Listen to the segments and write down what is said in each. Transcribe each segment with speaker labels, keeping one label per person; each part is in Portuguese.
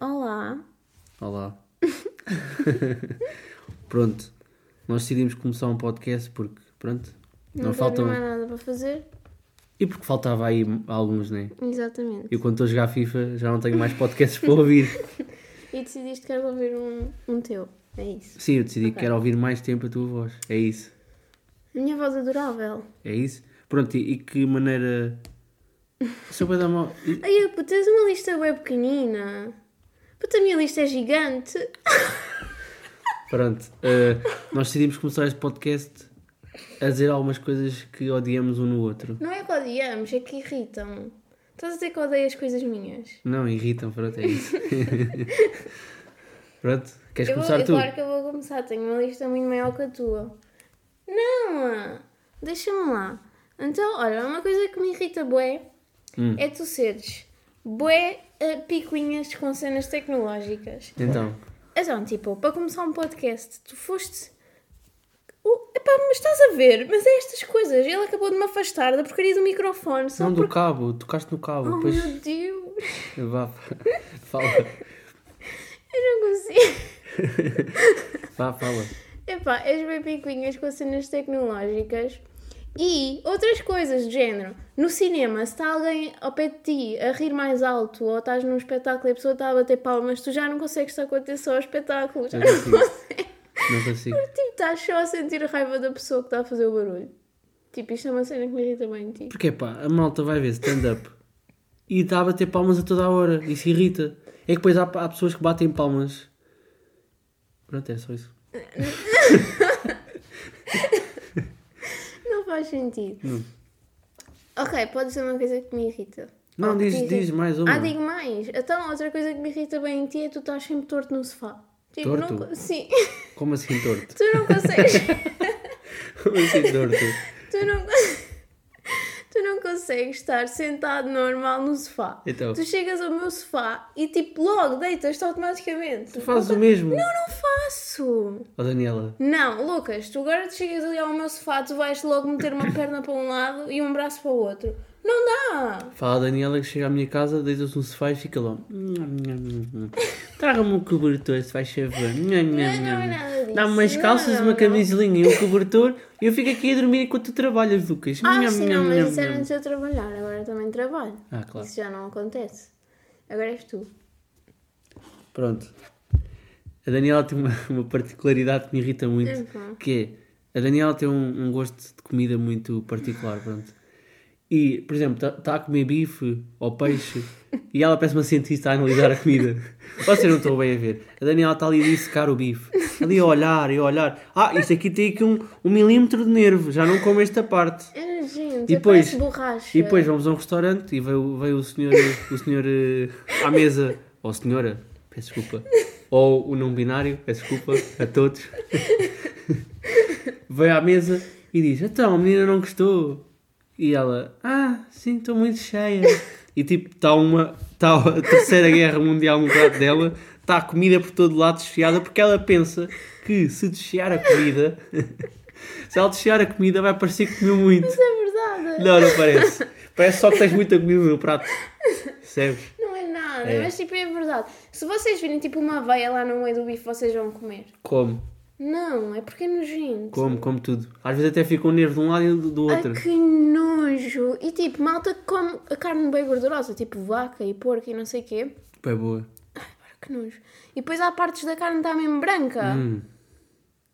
Speaker 1: Olá.
Speaker 2: Olá. pronto, nós decidimos começar um podcast porque, pronto, não, um.
Speaker 1: Não, falta
Speaker 2: faltam.
Speaker 1: não há nada para fazer.
Speaker 2: E porque faltava aí alguns, né?
Speaker 1: Exatamente.
Speaker 2: Eu quando estou a jogar FIFA já não tenho mais podcasts para ouvir.
Speaker 1: E decidiste que queres ouvir um, um teu. É isso.
Speaker 2: Sim, eu decidi que quero ouvir mais tempo a tua voz. É isso.
Speaker 1: A minha voz adorável.
Speaker 2: É isso. Pronto, e, e que maneira. Só para dar uma.
Speaker 1: Ai, eu, puto, tens uma lista bem pequenina. Puta, a minha lista é gigante.
Speaker 2: Pronto, eh, nós decidimos começar este podcast a dizer algumas coisas que odiamos um no outro.
Speaker 1: Não é que odiamos, é que irritam. Estás a dizer que odeias coisas minhas?
Speaker 2: Não, irritam, pronto, é isso. pronto, queres
Speaker 1: Eu vou,
Speaker 2: começar
Speaker 1: eu
Speaker 2: tu?
Speaker 1: Claro que eu vou começar, tenho uma lista muito maior que a tua. Não! ah, Deixa-me lá. Então, olha, uma coisa que me irrita bué
Speaker 2: Hum.
Speaker 1: é tu seres bué eh, picuinhas com cenas tecnológicas.
Speaker 2: Então,
Speaker 1: Então, tipo, para começar um podcast, tu foste... Oh, epá, mas estás a ver? Mas é estas coisas. Ele acabou de me afastar da porcaria do microfone. Só
Speaker 2: não do
Speaker 1: porque...
Speaker 2: cabo, tocaste no cabo,
Speaker 1: Oh,
Speaker 2: depois
Speaker 1: meu Deus!
Speaker 2: vá, fala,
Speaker 1: Eu não consigo...
Speaker 2: vá, fala.
Speaker 1: Epá, as bem picuinhas com cenas tecnológicas e outras coisas do género. No cinema, se está alguém ao pé de ti a rir mais alto ou estás num espetáculo e a pessoa está a bater palmas, tu já não consegues estar com atenção ao espetáculo. Já
Speaker 2: Eu
Speaker 1: não
Speaker 2: consigo.
Speaker 1: consegues.
Speaker 2: Não consigo.
Speaker 1: Tipo, estás só a sentir a raiva da pessoa que está a fazer o barulho. Tipo, isto é uma cena que me irrita bem de ti.
Speaker 2: Porque pá, a malta vai ver stand-up e está a bater palmas a toda a hora, isso irrita. É que depois há, há pessoas que batem palmas. Pronto, é só isso.
Speaker 1: Não faz sentido. Ok, pode ser uma coisa que me irrita.
Speaker 2: Não,
Speaker 1: Ou que
Speaker 2: diz-
Speaker 1: te irrita.
Speaker 2: diz mais uma.
Speaker 1: Ah, digo mais. Então, outra coisa que me irrita bem em ti é tu estás sempre torto no sofá. Tipo, não
Speaker 2: Torto?
Speaker 1: co- Sim.
Speaker 2: Como assim torto?
Speaker 1: Tu não consegues.
Speaker 2: Como assim torto?
Speaker 1: tu, não, con- tu não consegues estar sentado normal no sofá.
Speaker 2: Então.
Speaker 1: Tu chegas ao meu sofá e tipo logo deitas-te automaticamente.
Speaker 2: Tu fazes o mesmo.
Speaker 1: Não, não faço.
Speaker 2: Ó Daniela,
Speaker 1: Não, Lucas, tu agora te chegas ali ao meu sofá, tu vais logo meter uma perna para um lado e um braço para o outro. Não dá!
Speaker 2: fala a Daniela que chega à minha casa, deita-se um sofá e fica lá. Traga-me um cobertor, se faz favor.
Speaker 1: Não, não é nada disso.
Speaker 2: Dá-me umas
Speaker 1: Não,
Speaker 2: calças,
Speaker 1: não,
Speaker 2: uma
Speaker 1: não.
Speaker 2: camisolinha e um cobertor e eu fico aqui a dormir enquanto tu trabalhas, Lucas.
Speaker 1: Ah, sim, não, mas isso era antes de eu trabalhar, agora também trabalho.
Speaker 2: Ah, claro.
Speaker 1: Isso já não acontece. Agora és tu.
Speaker 2: Pronto. A Daniela tem uma, uma particularidade que me irrita muito,
Speaker 1: Então.
Speaker 2: que é, a Daniela tem um, um gosto de comida muito particular, pronto. E, por exemplo, está a comer bife ou peixe e ela parece uma cientista a analisar a comida. Vocês não estão bem a ver. A Daniela está ali a dissecar o bife. Ali a olhar e a olhar. Ah, isto aqui tem aqui um, um milímetro de nervo, já não como esta parte.
Speaker 1: É, gente,
Speaker 2: E depois-
Speaker 1: parece borracha.
Speaker 2: E depois vamos a um restaurante e veio, veio o senhor, o senhor eh, à mesa, ou senhora, peço desculpa, ou o não binário, peço desculpa a todos, veio à mesa e diz: Então, a menina não gostou. E ela: Ah, sim, estou muito cheia. E tipo, está uma. Está a terceira guerra mundial no prato dela, está a comida por todo lado desfiada, porque ela pensa que se desfiar a comida, se ela desfiar a comida, vai parecer que comeu muito.
Speaker 1: Isso é verdade.
Speaker 2: Não, não parece. Parece só que tens muita comida no prato. Percebes?
Speaker 1: Não é nada,
Speaker 2: É.
Speaker 1: mas tipo é verdade. Se vocês virem tipo uma aveia lá no meio do bife, vocês vão comer.
Speaker 2: Como,
Speaker 1: Não, é porque é nojento.
Speaker 2: como, como tudo. Às vezes até fica um nervo de um lado e do- do
Speaker 1: Ai,
Speaker 2: outro.
Speaker 1: que nojo! E tipo, malta que come a carne bem gordurosa, tipo vaca e porco e não sei o quê.
Speaker 2: Pá, boa.
Speaker 1: Ai, que nojo. E depois há partes da carne que está mesmo branca.
Speaker 2: Hum,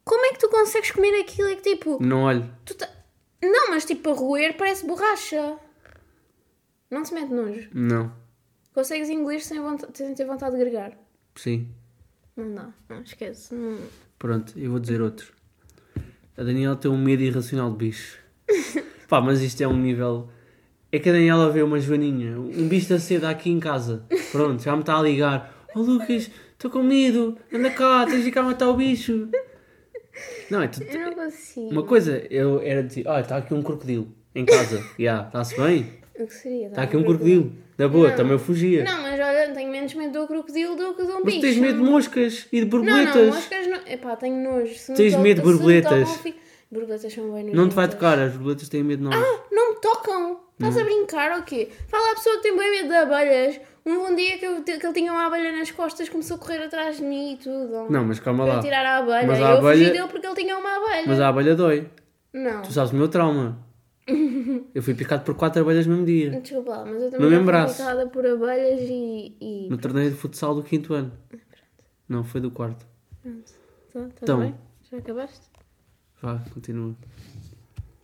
Speaker 1: Como é que tu consegues comer aquilo? É que tipo,
Speaker 2: não olho.
Speaker 1: tu tá- Não, mas tipo, a roer parece borracha. Não se mete nojo.
Speaker 2: Não.
Speaker 1: Consegues engolir sem, vontade, sem ter vontade de gregar.
Speaker 2: Sim.
Speaker 1: Não dá, não esquece. Não...
Speaker 2: Pronto, eu vou dizer outro. A Daniela tem um medo irracional de bicho. Pá, mas isto é um nível. É que a Daniela vê uma joaninha, um bicho da seda aqui em casa. Pronto, já me está a ligar. Oh Lucas, estou com medo, anda cá, tens de cá matar o bicho. Não, é tudo,
Speaker 1: Eu não consigo.
Speaker 2: Uma coisa eu era dizer, olha, está aqui um crocodilo em casa. Já, está-se bem?
Speaker 1: O que seria?
Speaker 2: Está aqui um crocodilo. Na boa, também eu fugia.
Speaker 1: Tá Não, mas olha, tenho menos medo do crocodilo do que de um
Speaker 2: Mas
Speaker 1: bicho.
Speaker 2: tens medo de moscas e de
Speaker 1: Não,
Speaker 2: borboletas.
Speaker 1: não, moscas não. Epá, tenho nojo. Se me
Speaker 2: Tens
Speaker 1: tocam-
Speaker 2: medo de
Speaker 1: se me
Speaker 2: borboletas?
Speaker 1: tocam, fico- Borboletas são bem nojentas.
Speaker 2: Não te vai tocar, as borboletas têm medo de nós.
Speaker 1: Ah, não me tocam! Estás a brincar ou quê? Fala à pessoa que tem bem medo de abelhas. Um bom dia que, eu, que ele tinha uma abelha nas costas começou a correr atrás de mim e tudo.
Speaker 2: Não, mas calma
Speaker 1: Para
Speaker 2: lá.
Speaker 1: eu tirar a abelha.
Speaker 2: Mas a
Speaker 1: eu fugi
Speaker 2: abelha-
Speaker 1: dele porque ele tinha uma abelha.
Speaker 2: Mas a abelha dói.
Speaker 1: Não.
Speaker 2: Tu sabes o meu trauma. Eu fui picado por quatro abelhas no mesmo dia.
Speaker 1: Desculpa lá, mas eu
Speaker 2: No
Speaker 1: também
Speaker 2: mesmo
Speaker 1: já
Speaker 2: braço.
Speaker 1: fui picada por abelhas e... e...
Speaker 2: No torneio de futsal do quinto ano.
Speaker 1: Ah,
Speaker 2: Não, foi do quarto.
Speaker 1: Tá, tá
Speaker 2: Então.
Speaker 1: bem? Já acabaste?
Speaker 2: Vá, continua.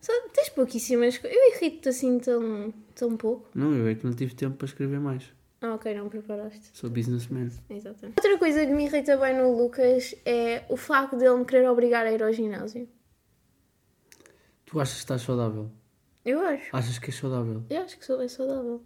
Speaker 1: Só tens pouquíssimas coisas. Eu irrito-te assim tão, tão pouco.
Speaker 2: Não, eu é que não tive tempo para escrever mais.
Speaker 1: Ah, ok, não preparaste.
Speaker 2: Sou businessman.
Speaker 1: Exatamente. Outra coisa que me irrita bem no Lucas é o facto dele me querer obrigar a ir ao ginásio.
Speaker 2: Tu achas que estás saudável?
Speaker 1: Eu acho.
Speaker 2: Achas que és saudável?
Speaker 1: Eu acho que sou bem saudável.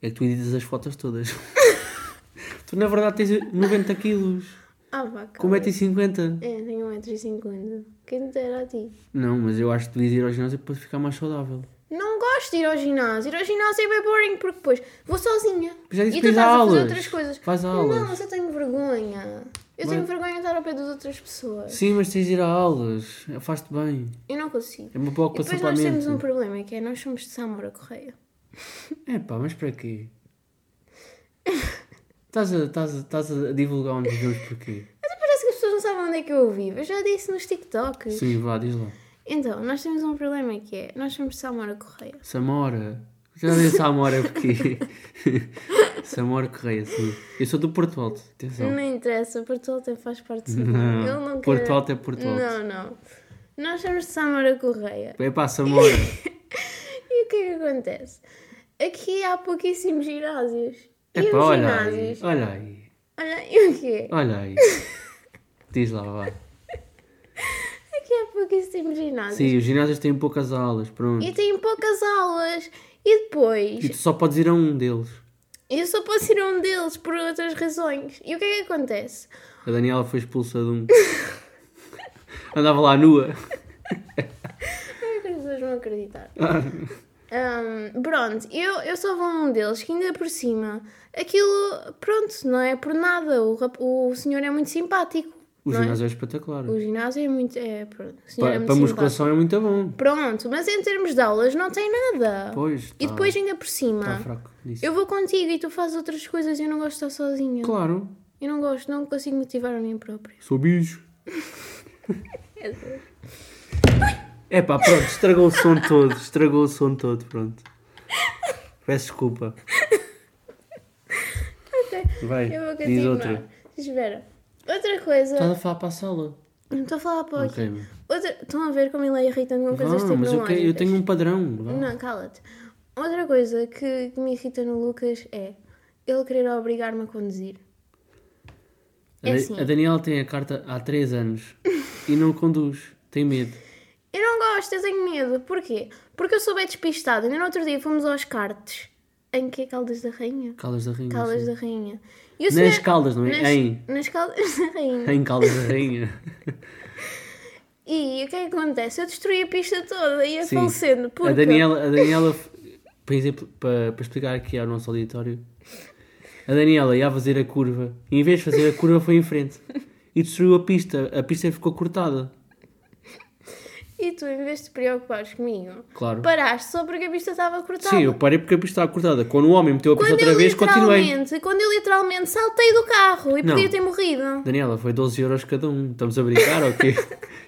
Speaker 2: É que tu editas as fotos todas. tu na verdade tens 90 quilos.
Speaker 1: Ah, vaca.
Speaker 2: Como é que tens 50?
Speaker 1: É, tenho 1,50m. Quem te dera a ti?
Speaker 2: Não, mas eu acho que devias ir ao ginásio para ficar mais saudável.
Speaker 1: Não gosto de ir ao ginásio. Ir ao ginásio é bem boring porque depois vou sozinha.
Speaker 2: Mas já disse
Speaker 1: e tu
Speaker 2: que
Speaker 1: estás
Speaker 2: vais a
Speaker 1: a fazer
Speaker 2: aulas.
Speaker 1: outras coisas.
Speaker 2: Vais a
Speaker 1: Não,
Speaker 2: aulas.
Speaker 1: mas eu tenho vergonha. Eu tenho
Speaker 2: Mas-
Speaker 1: vergonha de estar ao pé das outras pessoas.
Speaker 2: Sim, mas tens de ir a aulas. Faz-te bem.
Speaker 1: Eu não consigo.
Speaker 2: É uma
Speaker 1: E
Speaker 2: boa ocupação
Speaker 1: depois
Speaker 2: para a
Speaker 1: nós
Speaker 2: mente.
Speaker 1: temos um problema, que é nós somos de Samora Correia.
Speaker 2: É pá, mas para quê? Estás a, estás, a, estás a divulgar um onde vivemos porquê?
Speaker 1: Mas parece que as pessoas não sabem onde é que eu vivo. Eu já disse nos TikToks.
Speaker 2: Sim, vá, diz lá.
Speaker 1: Então, nós temos um problema que é, nós somos de Samora Correia.
Speaker 2: Samora. Já disse Samora porquê? Samora Correia, sim. Eu sou do Porto Alto, atenção.
Speaker 1: Não interessa, Porto Alto é faz parte de Samora. Ele
Speaker 2: Não,
Speaker 1: não
Speaker 2: Porto
Speaker 1: quer-
Speaker 2: Alto é Porto Alto.
Speaker 1: Não, não. Nós somos de Samora Correia.
Speaker 2: É pá, Samora.
Speaker 1: E o que é que acontece? Aqui há pouquíssimos ginásios. E
Speaker 2: É pá,
Speaker 1: os
Speaker 2: olha aí.
Speaker 1: ginásios?
Speaker 2: Olha aí.
Speaker 1: Olha, e o quê?
Speaker 2: Olha aí. Diz lá, vá.
Speaker 1: Aqui há pouquíssimos ginásios.
Speaker 2: Sim, os ginásios têm poucas aulas, pronto.
Speaker 1: E tem poucas aulas. E depois...
Speaker 2: E tu só podes ir a um deles.
Speaker 1: Eu só posso ir a um deles por outras razões. E o que é que acontece?
Speaker 2: A Daniela foi expulsa de um. Andava lá nua.
Speaker 1: Como é que as pessoas vão acreditar? Ahm, pronto, eu, eu só vou a um deles, que ainda por cima, aquilo, pronto, não é por nada. O, rap- o senhor é muito simpático.
Speaker 2: O
Speaker 1: não é?
Speaker 2: ginásio é espetacular.
Speaker 1: O ginásio é muito. É, pronto, o senhor é
Speaker 2: Para,
Speaker 1: muito
Speaker 2: para
Speaker 1: simpático.
Speaker 2: musculação é muito bom.
Speaker 1: Pronto, mas em termos de aulas não tem nada.
Speaker 2: Pois. Tá,
Speaker 1: e depois, ainda por
Speaker 2: Tá
Speaker 1: cima,
Speaker 2: fraco nisso.
Speaker 1: eu vou contigo e tu fazes outras coisas e eu não gosto de estar sozinha.
Speaker 2: Claro.
Speaker 1: Eu não gosto, não consigo motivar a mim própria.
Speaker 2: Sou bicho. É pá, pronto. Estragou o som todo. Estragou o som todo. Pronto. Peço desculpa.
Speaker 1: Ok,
Speaker 2: Vai.
Speaker 1: eu vou
Speaker 2: diz
Speaker 1: continuar.
Speaker 2: outra.
Speaker 1: Espera. Outra coisa.
Speaker 2: Estás a falar para a sala.
Speaker 1: Não estou a falar para
Speaker 2: Ok,
Speaker 1: aqui.
Speaker 2: meu.
Speaker 1: Outra... Estão a ver como ele é irritante com coisas
Speaker 2: Vá, mas eu, que-
Speaker 1: tecnológicas?
Speaker 2: eu tenho um padrão. vá.
Speaker 1: Não, é cala-te. Outra coisa que, que me irrita no Lucas é ele querer obrigar-me a conduzir.
Speaker 2: A,
Speaker 1: É
Speaker 2: Da-
Speaker 1: assim.
Speaker 2: a Daniela tem a carta há 3 anos e não conduz. Tem medo.
Speaker 1: Eu não gosto, eu tenho medo. Porquê? Porque eu sou bem despistada. Ainda no outro dia fomos aos cartes. Em que é Caldas da Rainha?
Speaker 2: Caldas da Rainha.
Speaker 1: Caldas
Speaker 2: sim.
Speaker 1: da Rainha. E o
Speaker 2: Nas
Speaker 1: senhor-
Speaker 2: Caldas, não é?
Speaker 1: Nas,
Speaker 2: Em.
Speaker 1: nas Caldas da Rainha.
Speaker 2: Em Caldas da Rainha.
Speaker 1: E o que é que acontece? Eu destruí a pista toda e ia
Speaker 2: Sim.
Speaker 1: falecendo. Porque...
Speaker 2: A Daniela, a Daniela para, exemplo, para, para explicar aqui ao nosso auditório, a Daniela ia fazer a curva e em vez de fazer a curva foi em frente e destruiu a pista. A pista ficou cortada,
Speaker 1: E tu, em vez de te preocupares comigo,
Speaker 2: claro.
Speaker 1: paraste só porque a pista estava cortada.
Speaker 2: Sim, eu parei porque a pista estava cortada. Quando o homem meteu a pista
Speaker 1: Quando
Speaker 2: outra
Speaker 1: eu,
Speaker 2: vez, continuei.
Speaker 1: literalmente, quando eu literalmente saltei do carro e
Speaker 2: Não.
Speaker 1: podia ter morrido.
Speaker 2: Daniela, foi 12 euros cada um. Estamos a brincar ou quê?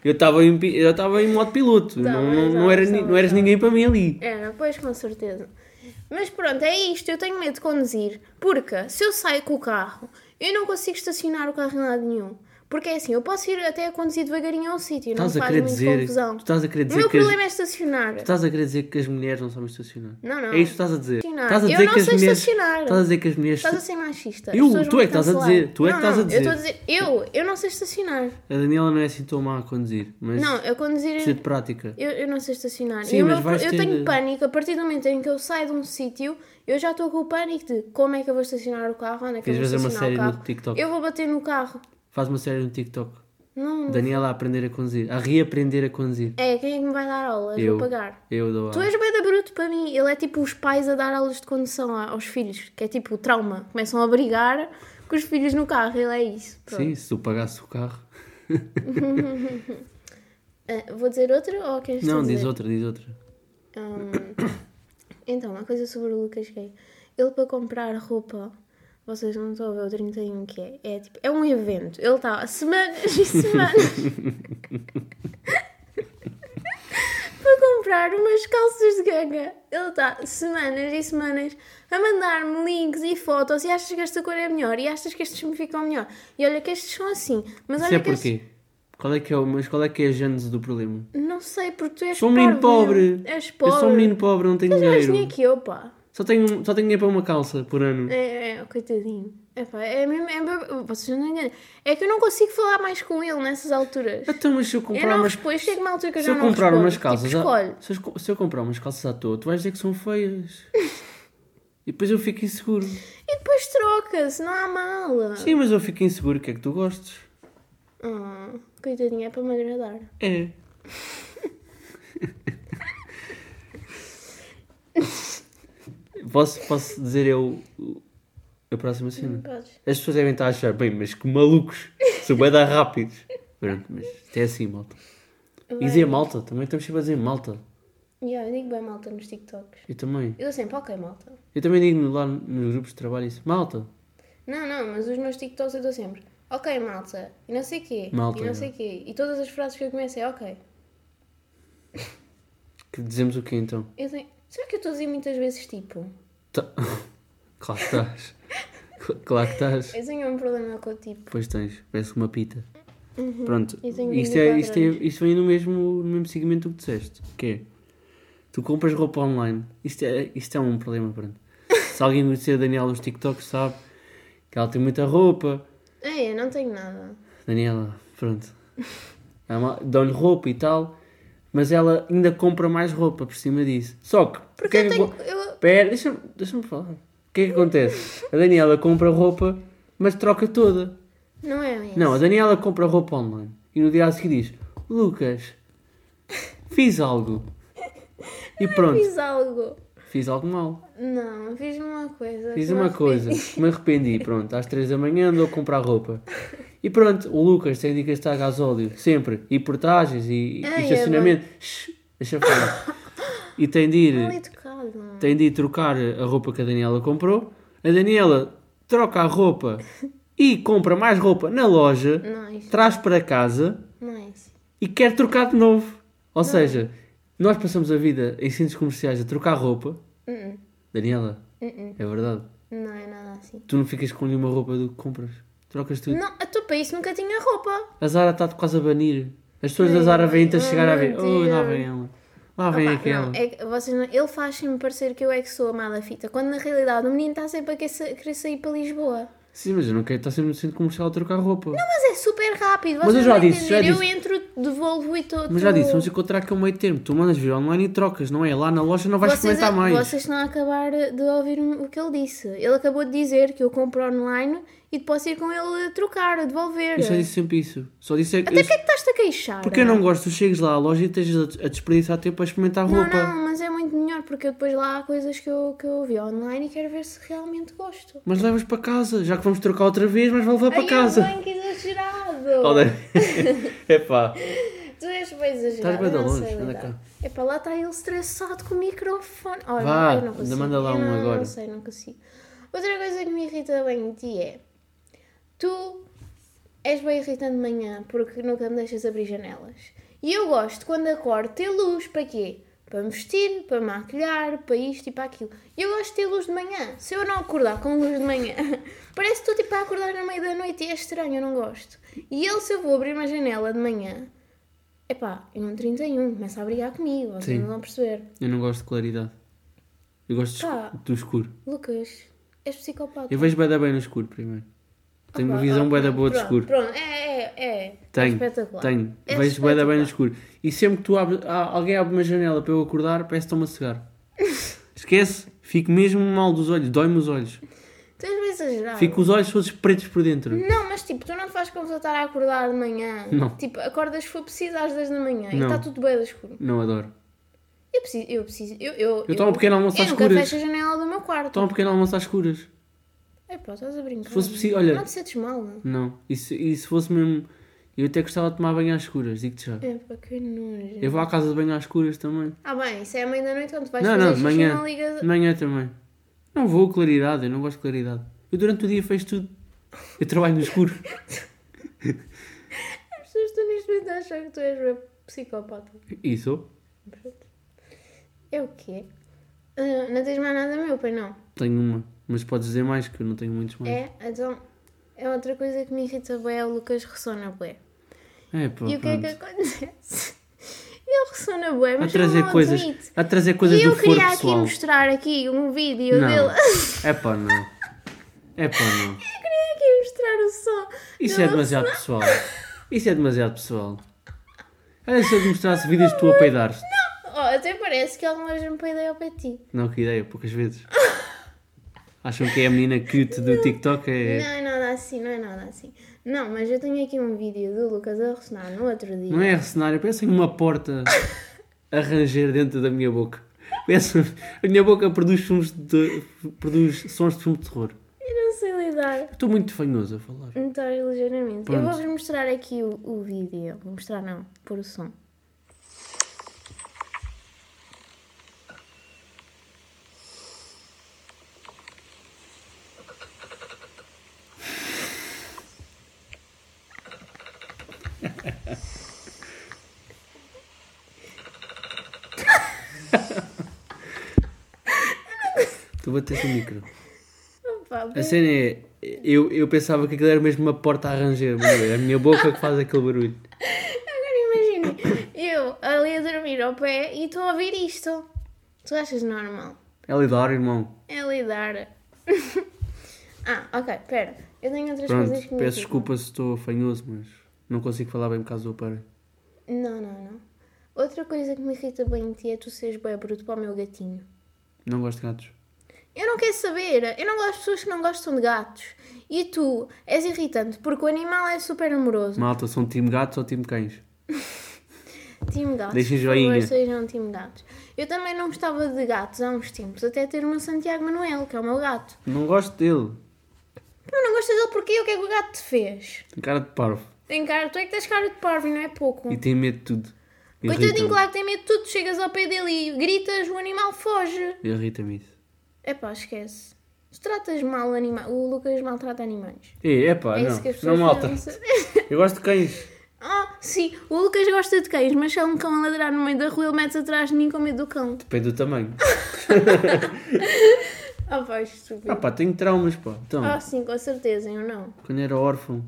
Speaker 2: Eu estava em, pi- eu estava em modo piloto.
Speaker 1: Tá
Speaker 2: não,
Speaker 1: bem,
Speaker 2: não,
Speaker 1: tá
Speaker 2: não,
Speaker 1: bem,
Speaker 2: era,
Speaker 1: tá
Speaker 2: ni-
Speaker 1: bem,
Speaker 2: não eras
Speaker 1: tá
Speaker 2: ninguém para mim ali.
Speaker 1: Era, pois, com certeza. Mas pronto, é isto. Eu tenho medo de conduzir. Porque se eu saio com o carro, eu não consigo estacionar o carro em lado nenhum. Porque é assim, eu posso ir até a conduzir devagarinho ao sítio, não
Speaker 2: Estás a
Speaker 1: faz
Speaker 2: querer
Speaker 1: muito
Speaker 2: dizer.
Speaker 1: confusão.
Speaker 2: tu Estás a querer
Speaker 1: O
Speaker 2: dizer
Speaker 1: meu
Speaker 2: que as-
Speaker 1: problema é estacionar.
Speaker 2: Estás a querer dizer que as mulheres não sabem estacionar?
Speaker 1: Não, não.
Speaker 2: É isto que estás a dizer.
Speaker 1: Estacionar.
Speaker 2: Estás a
Speaker 1: Eu
Speaker 2: dizer
Speaker 1: não
Speaker 2: que as
Speaker 1: sei
Speaker 2: mulheres.
Speaker 1: estacionar.
Speaker 2: Estás a dizer que as mulheres.
Speaker 1: Estás a ser machista. As
Speaker 2: Eu-
Speaker 1: pessoas
Speaker 2: tu
Speaker 1: vão
Speaker 2: é que estás a
Speaker 1: cancelar.
Speaker 2: dizer, tu é que
Speaker 1: Não,
Speaker 2: estás a
Speaker 1: não, eu estou
Speaker 2: dizer.
Speaker 1: Eu, eu não sei estacionar.
Speaker 2: A Daniela não é assim tão má a conduzir, mas
Speaker 1: Não, eu conduzir.
Speaker 2: precisa de prática.
Speaker 1: Eu, eu não sei estacionar.
Speaker 2: Sim,
Speaker 1: E o
Speaker 2: mas
Speaker 1: meu-
Speaker 2: vais
Speaker 1: eu
Speaker 2: ter-
Speaker 1: tenho pânico. A partir do momento em que eu saio de um sítio, eu já estou com o pânico de como é que eu vou estacionar o carro, onde é que eu
Speaker 2: Queres
Speaker 1: vou
Speaker 2: fazer uma
Speaker 1: estacionar
Speaker 2: série
Speaker 1: o carro.
Speaker 2: no TikTok?
Speaker 1: Eu vou bater no carro.
Speaker 2: Faz uma série no TikTok.
Speaker 1: Não.
Speaker 2: Daniela a aprender a conduzir. A reaprender a conduzir.
Speaker 1: É, quem é que me vai dar aulas?
Speaker 2: Eu. Ah.
Speaker 1: Vou pagar.
Speaker 2: Eu dou
Speaker 1: Tu
Speaker 2: a.
Speaker 1: és bem da bruto para mim. Ele é tipo os pais a dar aulas de condução a- aos filhos, que é tipo o trauma. Começam a brigar com os filhos no carro. Ele é isso. Pronto.
Speaker 2: Sim, se tu pagasses o carro.
Speaker 1: Ah, vou dizer outra ou queres
Speaker 2: não,
Speaker 1: tu dizer?
Speaker 2: diz outra, diz outra.
Speaker 1: Hum, Então, uma coisa sobre o Lucas Gay. Ele para comprar roupa, vocês não estão a ver o 31 que é. É tipo, é um evento. Ele está há semanas e semanas para comprar umas calças de ganga. Ele está semanas e semanas a mandar-me links e fotos e achas que esta cor é melhor e achas que estes me ficam melhor. E olha que estes são assim. Mas olha
Speaker 2: Isso é
Speaker 1: que estes-
Speaker 2: porquê? Qual é que é o, mas qual é que é a gênese do problema?
Speaker 1: Não sei, porque tu és
Speaker 2: Sou um menino
Speaker 1: parvo.
Speaker 2: pobre.
Speaker 1: És
Speaker 2: Eu
Speaker 1: pobre.
Speaker 2: sou um menino pobre, não tenho
Speaker 1: Tens mais
Speaker 2: dinheiro.
Speaker 1: dinheiro que eu, pá.
Speaker 2: Só tenho, um- só tenho dinheiro para uma calça por ano.
Speaker 1: É, é, coitadinho. Epá, é mesmo, é mesmo- vocês não entendem. É que eu não consigo falar mais com ele nessas alturas.
Speaker 2: Então, mas se eu
Speaker 1: Eu
Speaker 2: comprar
Speaker 1: não
Speaker 2: umas.
Speaker 1: respondo, chega uma altura que eu
Speaker 2: Se
Speaker 1: já
Speaker 2: eu
Speaker 1: não
Speaker 2: comprar
Speaker 1: respondo.
Speaker 2: umas calças.
Speaker 1: Tipo, escolho.
Speaker 2: a, se, eu, se eu comprar umas calças à toa, tu vais dizer que são feias. e depois eu fico inseguro.
Speaker 1: E depois troca-se, não há mala.
Speaker 2: Sim, mas eu fico inseguro. O que é que tu gostes?
Speaker 1: Ah, coitadinho, é para me agradar.
Speaker 2: É. posso, posso dizer eu o- a próxima cena?
Speaker 1: Podes.
Speaker 2: As pessoas devem estar a achar, bem, mas que malucos, são bué da rápidos. Pronto, mas isto é assim, malta. E dizer malta, também estamos sempre a dizer malta.
Speaker 1: Yeah, ah, eu digo bem malta nos TikToks.
Speaker 2: Eu também.
Speaker 1: Eu sempre, ok, malta.
Speaker 2: Eu também digo lá nos grupos de trabalho isso. Malta.
Speaker 1: Não, não, mas os meus TikToks eu dou sempre. Ok, malta. E não sei quê.
Speaker 2: Malta,
Speaker 1: E não
Speaker 2: é.
Speaker 1: sei quê. E todas as frases que eu começo é ok.
Speaker 2: Que dizemos o quê então?
Speaker 1: Eu tenho... Será que eu estou a dizer muitas vezes tipo?
Speaker 2: Tá- Claro que estás. Claro que estás.
Speaker 1: Eu tenho um problema com o tipo.
Speaker 2: Pois tens, parece uma pita. Pronto,
Speaker 1: Uhum. E tenho um
Speaker 2: isto, é,
Speaker 1: 24
Speaker 2: isto, é, isto vem no mesmo, no mesmo segmento do que disseste, que é, tu compras roupa online, isto é, isto é um problema, pronto. Se alguém conhecer a Daniela nos TikToks sabe que ela tem muita roupa,
Speaker 1: É, eu não tenho nada.
Speaker 2: Daniela, pronto, Ela ma- dão-lhe roupa e tal, mas ela ainda compra mais roupa por cima disso. Só que, o
Speaker 1: Porque
Speaker 2: que é
Speaker 1: eu
Speaker 2: que
Speaker 1: tenho.
Speaker 2: acon-
Speaker 1: Eu...
Speaker 2: Pera, deixa-me deixa falar. O que é que acontece? A Daniela compra roupa, mas troca toda.
Speaker 1: Não é isso.
Speaker 2: Não, a Daniela compra roupa online e no dia a seguir diz: Lucas, fiz algo. E pronto,
Speaker 1: Fiz algo.
Speaker 2: fiz algo mal.
Speaker 1: Não, fiz uma coisa.
Speaker 2: Fiz
Speaker 1: que me
Speaker 2: uma
Speaker 1: arrependi.
Speaker 2: coisa, me arrependi. Pronto, às 3 da manhã andou a comprar roupa. E pronto, o Lucas tem de gastar gasóleo sempre, e portagens, e, e
Speaker 1: Ai,
Speaker 2: estacionamento. Shhh, deixa falar. E tem de ir.
Speaker 1: Mal educado.
Speaker 2: tem de ir trocar a roupa que a Daniela comprou. A Daniela troca a roupa e compra mais roupa na loja,
Speaker 1: Não, isso-
Speaker 2: traz para casa
Speaker 1: Não é isso.
Speaker 2: e quer trocar de novo. Ou seja, nós passamos a vida em centros comerciais a trocar roupa.
Speaker 1: Uh-uh,
Speaker 2: Daniela,
Speaker 1: uh-uh.
Speaker 2: é verdade.
Speaker 1: Não é nada assim.
Speaker 2: Tu não ficas com nenhuma roupa do que compras. Trocas tudo.
Speaker 1: Não, a tua país nunca tinha roupa.
Speaker 2: A Zara está-te quase a banir. As pessoas da
Speaker 1: Ai,
Speaker 2: Zara vêm-te a
Speaker 1: não,
Speaker 2: chegar a ver.
Speaker 1: mentira.
Speaker 2: Oh, lá vem ela. Lá Ah, vem
Speaker 1: Opa,
Speaker 2: aquela.
Speaker 1: não, é que vocês não- ele faz sempre parecer que eu é que sou a mala fita, quando na realidade o menino está sempre a querer sa- querer sair para Lisboa.
Speaker 2: Sim, mas eu não quero estar sempre no centro comercial a trocar roupa.
Speaker 1: Mas é super rápido, vocês
Speaker 2: eu já
Speaker 1: não vão
Speaker 2: disse, já
Speaker 1: entender. Eu entro, devolvo e todo.
Speaker 2: Mas já disse, vamos encontrar aqui um meio termo. Tu mandas vir online e trocas, não é? Lá na loja não vais
Speaker 1: vocês, é-
Speaker 2: experimentar mais.
Speaker 1: Vocês estão a acabar de ouvir um, o que ele disse. Ele acabou de dizer que eu compro online e posso ir com ele a trocar, a devolver.
Speaker 2: Eu só disse sempre isso. Só disse é que.
Speaker 1: é- Até
Speaker 2: eu-
Speaker 1: porque é que estás-te a queixar?
Speaker 2: Porque eu não gosto, tu chegas lá à loja e tens a a desperdiçar tempo a experimentar
Speaker 1: Não,
Speaker 2: roupa.
Speaker 1: não, mas é muito melhor porque eu depois lá há coisas que eu, que eu vi online e quero ver se realmente gosto.
Speaker 2: Mas levas para casa, já que vamos trocar outra vez, mas vai levar para
Speaker 1: Ai,
Speaker 2: casa. Tá
Speaker 1: é bem que exagerado!
Speaker 2: é pá.
Speaker 1: Tu és bem exagerado.
Speaker 2: Estás bué de
Speaker 1: não sei
Speaker 2: longe, anda
Speaker 1: lidar.
Speaker 2: cá.
Speaker 1: É para lá está ele estressado com o microfone. Olha,
Speaker 2: Vá,
Speaker 1: eu não
Speaker 2: ainda
Speaker 1: consigo.
Speaker 2: manda lá
Speaker 1: eu
Speaker 2: um
Speaker 1: não, Não
Speaker 2: agora.
Speaker 1: sei, não consigo. Outra coisa que me irrita bem de ti é. Tu és bem irritante de manhã porque nunca me deixas abrir janelas. E eu gosto quando acordo ter luz. Para quê? Para me vestir, para maquilhar, para isto e para aquilo. E eu gosto de ter luz de manhã. Se eu não acordar com luz de manhã, parece que estou tipo a acordar no meio da noite e é estranho, eu não gosto. E ele, se eu vou abrir uma janela de manhã, Epá, eu não 31, começa a brigar comigo, vocês
Speaker 2: Sim.
Speaker 1: não vão perceber.
Speaker 2: Eu não gosto de claridade. Eu gosto de escu-
Speaker 1: Pá.
Speaker 2: do escuro.
Speaker 1: Lucas, és psicopata.
Speaker 2: Eu vejo bué da bem no escuro primeiro. Tenho uma
Speaker 1: Pá,
Speaker 2: visão
Speaker 1: ah,
Speaker 2: bué da boa de
Speaker 1: pronto,
Speaker 2: escuro.
Speaker 1: Pronto, é, é, é. é
Speaker 2: Tenho,
Speaker 1: espetacular.
Speaker 2: tenho.
Speaker 1: É
Speaker 2: Vejo bué da bem no
Speaker 1: espetacular.
Speaker 2: escuro. E sempre que tu abres, ah, alguém abre uma janela para eu acordar, parece que estão-me a cegar. Esquece, fico mesmo mal dos olhos, dói-me os olhos.
Speaker 1: Tu és bem exagerado.
Speaker 2: Fico com os olhos todos pretos por dentro.
Speaker 1: Não, mas tipo, tu não te fazes como se eu estar a acordar de manhã.
Speaker 2: Não.
Speaker 1: Tipo, acordas se for preciso às 10 da manhã e
Speaker 2: Não.
Speaker 1: está tudo bem escuro.
Speaker 2: Não adoro.
Speaker 1: Eu preciso, eu preciso, eu... Eu,
Speaker 2: Eu tomo um pequeno almoço
Speaker 1: Eu
Speaker 2: às
Speaker 1: nunca
Speaker 2: escuras.
Speaker 1: fecho a janela do meu quarto.
Speaker 2: Toma um pequeno almoço às escuras.
Speaker 1: Epá, estás a brincar.
Speaker 2: Se fosse possível, olha-
Speaker 1: Não te sentes mal, não?
Speaker 2: Não. E se, e se fosse mesmo. Eu até gostava de tomar banho às escuras, digo-te já.
Speaker 1: Epá, É, que nojo.
Speaker 2: Eu vou à casa de banho às escuras também.
Speaker 1: Ah bem, isso é a mãe da noite onde vais
Speaker 2: Não,
Speaker 1: fazer
Speaker 2: não, de
Speaker 1: xixi
Speaker 2: manhã.
Speaker 1: não ligas...
Speaker 2: De manhã também. Não vou, claridade, eu não gosto de claridade. Eu durante o dia fecho tudo. Eu trabalho no escuro.
Speaker 1: As pessoas estão neste momento a achar que tu és uma psicopata.
Speaker 2: Isso.
Speaker 1: Pronto. É o quê? Ah, não tens mais nada meu, pois não?
Speaker 2: Tenho uma. Mas podes dizer mais, que eu não tenho muitos mais.
Speaker 1: É, então... É outra coisa que me irrita bem é o Lucas ressona bué.
Speaker 2: É, pá,
Speaker 1: E o que é que
Speaker 2: pronto.
Speaker 1: acontece? Ele ressona bué,
Speaker 2: A
Speaker 1: mas ele
Speaker 2: trazer
Speaker 1: não
Speaker 2: coisas,
Speaker 1: admite.
Speaker 2: a trazer coisas
Speaker 1: e eu
Speaker 2: do foro
Speaker 1: queria aqui
Speaker 2: pessoal.
Speaker 1: mostrar aqui um vídeo
Speaker 2: Não.
Speaker 1: dele. eu
Speaker 2: É pá, não. É pá, não.
Speaker 1: queria aqui mostrar o som.
Speaker 2: Isso
Speaker 1: dele
Speaker 2: é demasiado pessoal. Isso é demasiado pessoal. Olha se eu te mostrasse vídeos de tu a peidares.
Speaker 1: Oh, até parece que alguma vez me peidei ao pé de ti.
Speaker 2: Não, que ideia, poucas vezes. Acham que é a menina cute do TikTok? É...
Speaker 1: Não é nada assim, não é nada assim. Não, mas eu tenho aqui um vídeo do Lucas a ressonar no outro dia.
Speaker 2: Não é cenário, parece uma porta a ranger dentro da minha boca. Parece... A minha boca produz, filmes de... produz sons de filme de terror.
Speaker 1: Eu não sei lidar.
Speaker 2: Estou muito fanhoso a falar.
Speaker 1: Notório Então, ligeiramente. Eu
Speaker 2: Pronto.
Speaker 1: vou-vos mostrar aqui o, o vídeo. Vou mostrar não, por o som.
Speaker 2: Tu bateste o micro.
Speaker 1: Opa,
Speaker 2: A
Speaker 1: bem-
Speaker 2: cena é, eu, eu pensava que aquilo era mesmo uma porta a ranger, mas não é, é a minha boca que faz aquele barulho.
Speaker 1: Agora imaginem, eu ali a dormir ao pé e estou a ouvir isto. Tu achas normal?
Speaker 2: É lidar, irmão.
Speaker 1: É lidar. ah, ok, pera. Eu tenho outras
Speaker 2: Pronto,
Speaker 1: coisas que me
Speaker 2: peço
Speaker 1: irritam.
Speaker 2: desculpa se estou fanhoso, mas não consigo falar bem por causa do aparelho.
Speaker 1: Não, não, não. Outra coisa que me irrita bem em ti é tu seres bem bruto para o meu gatinho.
Speaker 2: Não gosto de gatos.
Speaker 1: Eu não quero saber. Eu não gosto de pessoas que não gostam de gatos. E tu és irritante porque o animal é super amoroso.
Speaker 2: Malta, são time gatos ou time cães?
Speaker 1: Time gatos.
Speaker 2: Deixem
Speaker 1: por favor,
Speaker 2: joinha.
Speaker 1: sejam time gatos. Eu também não gostava de gatos há uns tempos, até ter o meu Santiago Manuel, que é o meu gato.
Speaker 2: Não gosto dele.
Speaker 1: Eu não gosto dele porque o que é que o gato te fez?
Speaker 2: Tem cara de parvo.
Speaker 1: Tem cara, tu é que tens cara de parvo e não é pouco.
Speaker 2: E tem medo de tudo.
Speaker 1: Coitadinho,
Speaker 2: Irrita-me.
Speaker 1: claro que tem medo de tudo. Chegas ao pé dele e gritas, o animal foge.
Speaker 2: Irrita-me isso.
Speaker 1: Epá, esquece. Se tratas mal o animal, o Lucas maltrata animais.
Speaker 2: É, é pá,
Speaker 1: É
Speaker 2: não.
Speaker 1: isso que as
Speaker 2: Não,
Speaker 1: pessoas
Speaker 2: malta.
Speaker 1: deviam saber.
Speaker 2: Eu gosto de cães.
Speaker 1: Ah, sim, o Lucas gosta de cães, mas se há um cão a ladrar no meio da rua, ele mete-se atrás de mim com medo do cão.
Speaker 2: Depende do tamanho.
Speaker 1: Ah, pá,
Speaker 2: Ah
Speaker 1: estúpido.
Speaker 2: pá, tenho traumas, pá. Então,
Speaker 1: Ah, sim, com certeza, eu não.
Speaker 2: quando era órfão.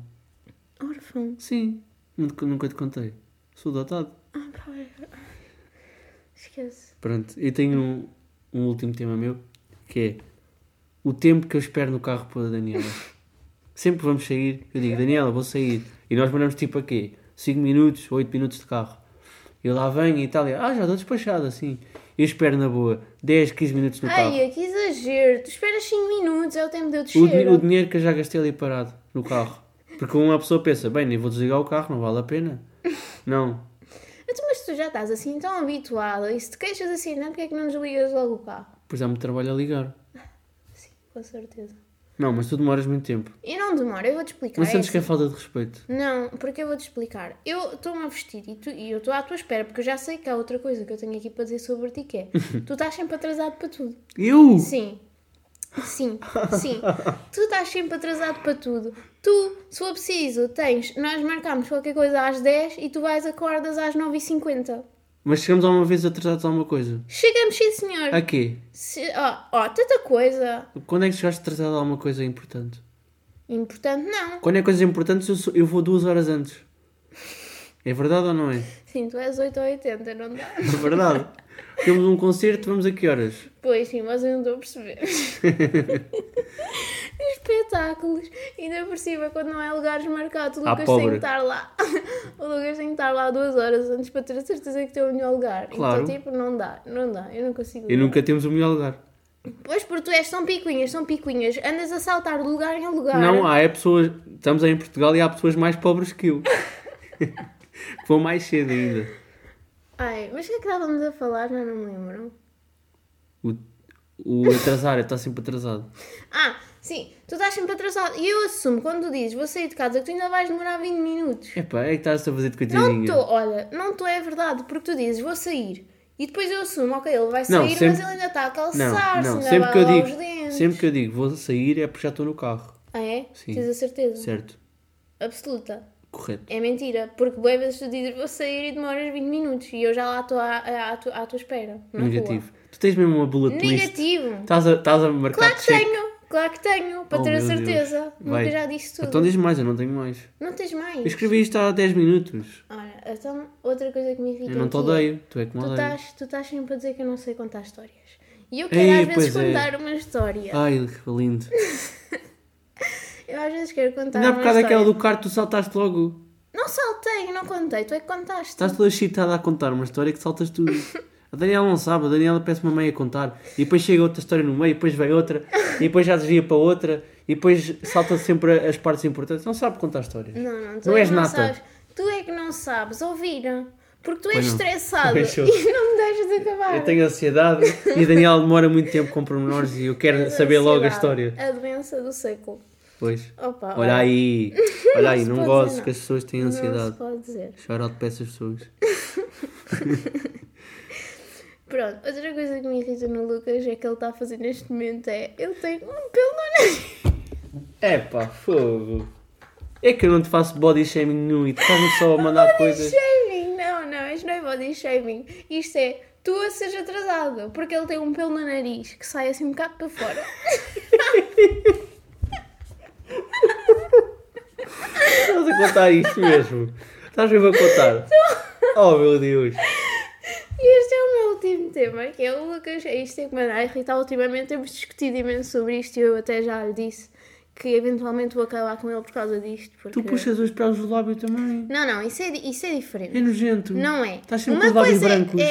Speaker 1: Órfão.
Speaker 2: Sim. Nunca, nunca te contei. Sou dotado.
Speaker 1: Ah, pá. eu- Esquece.
Speaker 2: Pronto, eu tenho um, um último tema meu que é o tempo que eu espero no carro para a Daniela. Sempre que vamos sair, eu digo, Daniela, vou sair. E nós mandamos tipo a quê? 5 minutos, 8 minutos de carro. Eu lá venho e tal, e, ah, já estou despachado assim. Eu espero na boa 10, 15 minutos no carro.
Speaker 1: Ai, é que exagero. Tu esperas 5 minutos, é o tempo de eu
Speaker 2: O, dinhe-
Speaker 1: descer.
Speaker 2: o dinheiro que eu já gastei ali parado no carro. Porque uma pessoa pensa, bem, nem vou desligar o carro, não vale a pena. Não,
Speaker 1: Então, Mas tu já estás assim tão habituado e se te queixas assim, não, porque é que não desligas logo o carro?
Speaker 2: pois há muito trabalho a ligar.
Speaker 1: Sim, com certeza.
Speaker 2: Não, mas tu demoras muito tempo.
Speaker 1: E não demora, eu vou te explicar.
Speaker 2: Mas
Speaker 1: é
Speaker 2: sentes que é
Speaker 1: assim.
Speaker 2: falta de respeito.
Speaker 1: Não, porque eu vou-te explicar. Eu estou-me a vestir e, tu- e eu estou à tua espera, porque eu já sei que há outra coisa que eu tenho aqui para dizer sobre ti que é. tu estás sempre atrasado para tudo.
Speaker 2: Eu!
Speaker 1: Sim. Sim, sim. Tu estás sempre atrasado para tudo. Tu, se for preciso, tens. Nós marcámos qualquer coisa às 10 e tu vais acordas às 9h50.
Speaker 2: Mas chegamos alguma vez atrasados a alguma coisa.
Speaker 1: Chegamos, sim, senhor.
Speaker 2: A quê?
Speaker 1: Se, ó, ó, tanta coisa.
Speaker 2: Quando é que chegaste atrasado a alguma coisa importante?
Speaker 1: Importante, não.
Speaker 2: Quando é coisas importantes, eu, sou- eu vou duas horas antes. É verdade ou não é?
Speaker 1: Sim, tu és 8 ou 80, não dá?
Speaker 2: É verdade. Temos um concerto, vamos a que horas?
Speaker 1: Pois sim, mas eu não estou a perceber. Espetáculos. Ainda por cima, quando não é lugares marcados, o
Speaker 2: Ah,
Speaker 1: Lucas tem
Speaker 2: pobre.
Speaker 1: que estar lá. O Lucas tem que estar lá duas horas antes para ter a certeza que tem o melhor lugar.
Speaker 2: Claro.
Speaker 1: Então, tipo, não dá, não dá. Eu não consigo.
Speaker 2: E
Speaker 1: lidar.
Speaker 2: nunca temos o melhor lugar.
Speaker 1: Pois, porque tu és tão picuinhas, são picuinhas. Andas a saltar de lugar em lugar.
Speaker 2: Não, há é pessoas. Estamos aí em Portugal e há pessoas mais pobres que eu. Que Vão mais cedo ainda.
Speaker 1: Ai, mas o que é que estávamos a falar? Já não me lembro.
Speaker 2: O, o atrasar, está sempre é atrasado.
Speaker 1: Ah, Sim, tu estás sempre atrasado. E eu assumo, quando tu dizes vou sair de casa, que tu ainda vais demorar 20 minutos.
Speaker 2: Epá, é que estás a fazer de
Speaker 1: Não
Speaker 2: coitadinha.
Speaker 1: estou, olha, não estou, é verdade, porque tu dizes vou sair. E depois eu assumo, ok, ele vai sair,
Speaker 2: Não, sempre-
Speaker 1: mas ele ainda está a calçar-se, ainda
Speaker 2: sempre
Speaker 1: vai
Speaker 2: que eu
Speaker 1: lavar
Speaker 2: digo,
Speaker 1: os dentes.
Speaker 2: sempre que eu digo vou sair é porque já estou no carro.
Speaker 1: Ah, é?
Speaker 2: Sim.
Speaker 1: Tens a certeza?
Speaker 2: Certo,
Speaker 1: Absoluta.
Speaker 2: correto.
Speaker 1: É mentira, porque boas vezes tu dizes vou sair e demoras 20 minutos e eu já lá estou à, à, à, tua- à tua espera. na
Speaker 2: Negativo. Tu tens mesmo uma bullet
Speaker 1: Rua.
Speaker 2: twist.
Speaker 1: Negativo.
Speaker 2: Estás a, estás a marcar
Speaker 1: Claro que
Speaker 2: check.
Speaker 1: tenho, claro que tenho, para
Speaker 2: Oh,
Speaker 1: ter a
Speaker 2: meu Deus.
Speaker 1: certeza. Nunca
Speaker 2: Vai.
Speaker 1: já disse tudo.
Speaker 2: Então diz mais, eu não tenho mais.
Speaker 1: Não tens mais.
Speaker 2: Eu escrevi isto há 10 minutos.
Speaker 1: Ora, então outra coisa que me irrita.
Speaker 2: Eu não te
Speaker 1: aqui é-
Speaker 2: odeio, tu é que me
Speaker 1: Tu
Speaker 2: odeias.
Speaker 1: estás, tu estás sempre a dizer que eu não sei contar histórias. E eu quero às vezes
Speaker 2: pois é.
Speaker 1: contar uma história.
Speaker 2: Ai, que lindo.
Speaker 1: Eu às vezes quero contar
Speaker 2: Ainda há
Speaker 1: uma
Speaker 2: bocado
Speaker 1: história.
Speaker 2: aquela do carro, tu saltaste logo.
Speaker 1: Não saltei, não contei, tu é que contaste.
Speaker 2: Estás toda excitada a contar uma história que saltas tudo. A Daniela não sabe, a Daniela parece-me a meio a contar. E depois chega outra história no meio, e depois vem outra, e depois já desvia para outra, e depois salta sempre as partes importantes. Não sabe contar histórias.
Speaker 1: Não, não, tu
Speaker 2: Não
Speaker 1: é
Speaker 2: és
Speaker 1: que não
Speaker 2: nata.
Speaker 1: sabes. Tu é que não sabes ouvir. Porque tu és
Speaker 2: Pois não.
Speaker 1: estressado
Speaker 2: Pois sou.
Speaker 1: e não me deixas acabar.
Speaker 2: Eu tenho ansiedade e a Daniela demora muito tempo com pormenores e eu quero
Speaker 1: Tens
Speaker 2: saber logo a
Speaker 1: ansiedade.
Speaker 2: história.
Speaker 1: A doença do século.
Speaker 2: Pois.
Speaker 1: Opa,
Speaker 2: Olha aí, olha aí,
Speaker 1: se
Speaker 2: não
Speaker 1: pode
Speaker 2: gosto
Speaker 1: dizer
Speaker 2: que as pessoas têm
Speaker 1: não se
Speaker 2: ansiedade.
Speaker 1: pode dizer.
Speaker 2: Chorar de pé essas pessoas.
Speaker 1: Pronto, outra coisa que me irrita no Lucas é que ele está a fazer neste momento é. Ele tem um pelo no nariz.
Speaker 2: É pá, fogo. É que eu não te faço body shaming nenhum e tu estás-me só a mandar coisas.
Speaker 1: Shaming! Não, não, isto não é body shaming. Isto é tu a seres atrasado, porque ele tem um pelo no nariz que sai assim um bocado para fora.
Speaker 2: Estás a contar isto mesmo? Estás mesmo a contar? Oh meu Deus!
Speaker 1: E este é o meu último tema, que é o Lucas. é Isto é que me anda a irritar ultimamente. Temos discutido imenso sobre isto e eu até já lhe disse que eventualmente vou acabar com ele por causa disto. Porque...
Speaker 2: Tu puxas os pelos do lábio também.
Speaker 1: Não, não, isso é, di- isso é diferente.
Speaker 2: É nojento.
Speaker 1: Não é.
Speaker 2: Estás sempre com os lábios brancos.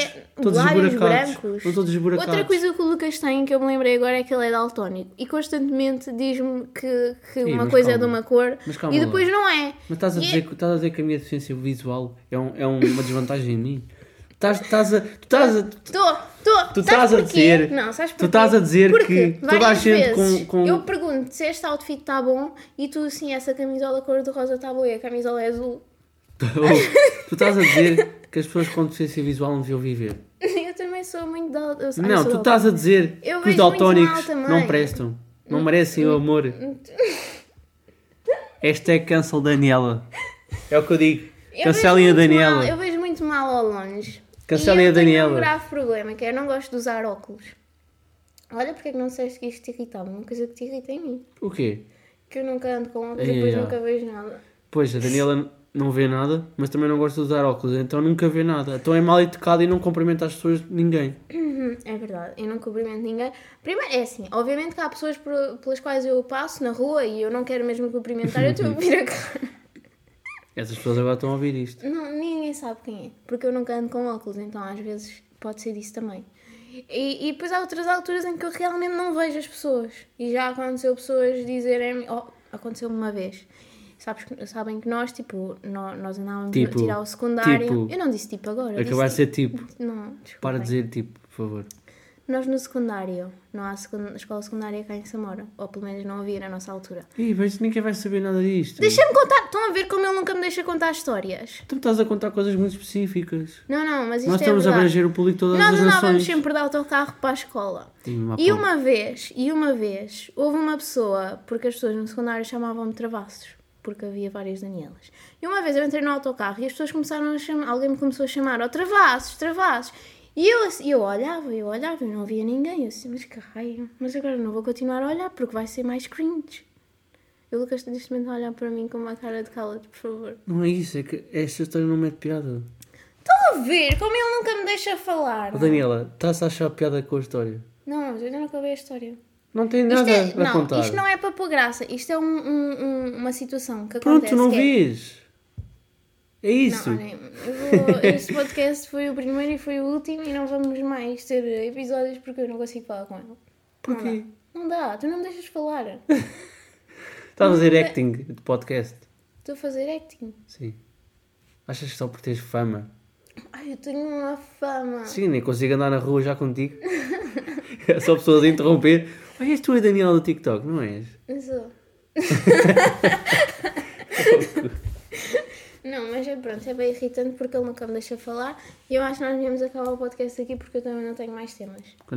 Speaker 2: todos
Speaker 1: lábios
Speaker 2: esburacados.
Speaker 1: brancos.
Speaker 2: Ou todos esburacados.
Speaker 1: Outra coisa que o Lucas tem, que eu me lembrei agora, é que ele é daltónico. E constantemente diz-me que, que
Speaker 2: Ih,
Speaker 1: uma
Speaker 2: mas
Speaker 1: coisa é de
Speaker 2: calma.
Speaker 1: uma cor
Speaker 2: Mas calma
Speaker 1: e
Speaker 2: lá.
Speaker 1: depois não é.
Speaker 2: Mas estás a,
Speaker 1: E é-
Speaker 2: dizer, que- estás a dizer que a minha deficiência visual é, um- é um- uma desvantagem em mim? Estás, estás a. Tu estás a.
Speaker 1: Tô, tô.
Speaker 2: Tu
Speaker 1: Sabes
Speaker 2: estás a
Speaker 1: porquê?
Speaker 2: dizer-
Speaker 1: Não, sabes
Speaker 2: tu
Speaker 1: porquê?
Speaker 2: estás a dizer
Speaker 1: Porque
Speaker 2: que toda a
Speaker 1: várias
Speaker 2: gente com-
Speaker 1: vezes
Speaker 2: com-
Speaker 1: Eu pergunto se este outfit está bom e tu, sim, essa camisola cor de rosa está boa e a camisola é azul.
Speaker 2: tu estás a dizer que as pessoas com deficiência visual não deviam viver.
Speaker 1: Eu também sou muito dal... eu- ai,
Speaker 2: Não,
Speaker 1: sou
Speaker 2: tu
Speaker 1: dal-
Speaker 2: estás a dizer
Speaker 1: Eu
Speaker 2: que
Speaker 1: vejo muito
Speaker 2: os daltónicos
Speaker 1: mal também.
Speaker 2: não prestam, não merecem o amor. Hashtag cancel Daniela. É o que eu digo.
Speaker 1: Eu
Speaker 2: Cancelem a
Speaker 1: vejo muito
Speaker 2: Daniela.
Speaker 1: mal- eu vejo muito mal ao longe.
Speaker 2: Cancelem
Speaker 1: E eu
Speaker 2: a
Speaker 1: Tenho
Speaker 2: Daniela.
Speaker 1: um grave problema, que é eu não gosto de usar óculos. Olha porque é que não disseste que isto te irritava. Uma coisa que te irrita em mim.
Speaker 2: O quê?
Speaker 1: Que eu nunca ando com óculos e
Speaker 2: Ei,
Speaker 1: depois
Speaker 2: ó.
Speaker 1: nunca vejo nada.
Speaker 2: Pois, a Daniela n- não vê nada, mas também não gosta de usar óculos, então nunca vê nada. Então é mal educada e não cumprimenta as pessoas, ninguém.
Speaker 1: Uhum, é verdade, eu não cumprimento ninguém. Primeiro, é assim, obviamente que há pessoas por- pelas quais eu passo na rua e eu não quero mesmo cumprimentar, eu estou a vir a cara.
Speaker 2: Essas pessoas agora estão a ouvir isto.
Speaker 1: Não, ninguém sabe quem é, porque eu nunca ando com óculos, então às vezes pode ser disso também. E, e depois há outras alturas em que eu realmente não vejo as pessoas. E já aconteceu pessoas dizerem, oh, aconteceu uma vez. Sabes, que- sabem que nós, tipo, nó- nós andávamos
Speaker 2: Tipo,
Speaker 1: a tirar o secundário.
Speaker 2: tipo,
Speaker 1: eu não disse tipo agora. eu disse
Speaker 2: Acabar de
Speaker 1: tipo-
Speaker 2: ser tipo.
Speaker 1: Não,
Speaker 2: Para
Speaker 1: desculpem.
Speaker 2: de dizer tipo, por favor.
Speaker 1: Nós no secundário, não há secund- escola secundária cá em Samora, ou pelo menos não havia na nossa altura.
Speaker 2: Ih, mas ninguém vai saber nada disto.
Speaker 1: Deixa-me contar, estão a ver como ele nunca me deixa contar histórias?
Speaker 2: Tu me estás a contar coisas muito específicas.
Speaker 1: Não, não, mas isto
Speaker 2: Nós
Speaker 1: é
Speaker 2: estamos a
Speaker 1: verdade.
Speaker 2: abranger o público de todas
Speaker 1: Nós
Speaker 2: as
Speaker 1: andávamos
Speaker 2: nações.
Speaker 1: sempre de autocarro para a escola.
Speaker 2: Sim, uma
Speaker 1: E
Speaker 2: porra.
Speaker 1: uma vez, e uma vez, houve uma pessoa, porque as pessoas no secundário chamavam-me Travassos, porque havia várias Danielas. E uma vez eu entrei no autocarro e as pessoas começaram a chamar, alguém me começou a chamar, ó Travassos, Travassos. E eu, assim- eu olhava, eu olhava, eu não via ninguém. Eu assim, mas que raio, mas agora não vou continuar a olhar porque vai ser mais cringe. E o Lucas neste momento a olhar para mim com uma cara de cala-te, por favor.
Speaker 2: Não é isso, é que esta história não mete piada.
Speaker 1: Estão a ver como ele nunca me deixa falar? é?
Speaker 2: Ó, Daniela, estás a achar piada com a história?
Speaker 1: Não, mas eu ainda não acabei a história.
Speaker 2: Não tem
Speaker 1: Isto
Speaker 2: nada
Speaker 1: é-
Speaker 2: a
Speaker 1: não,
Speaker 2: contar.
Speaker 1: isto não é para pôr graça. Isto é um- um- um- uma situação que
Speaker 2: Pronto,
Speaker 1: acontece.
Speaker 2: não
Speaker 1: que é-
Speaker 2: vês. É isso.
Speaker 1: Não, olhem, eu vou- este podcast foi o primeiro e foi o último e não vamos mais ter episódios porque eu não consigo falar com ela.
Speaker 2: Porquê?
Speaker 1: Não dá, tu não me deixas falar.
Speaker 2: Estás a fazer acting de podcast.
Speaker 1: Estou a fazer acting.
Speaker 2: Sim. Achas que só por teres fama?
Speaker 1: Ai, eu tenho uma fama.
Speaker 2: Sim, nem consigo andar na rua já contigo. é só pessoas a interromper. Mas és tu a Daniela do TikTok, não és?
Speaker 1: Não sou. Não, mas é pronto, é bem irritante porque ele nunca me deixa falar e eu acho que nós devíamos acabar o podcast aqui porque eu também não tenho mais temas.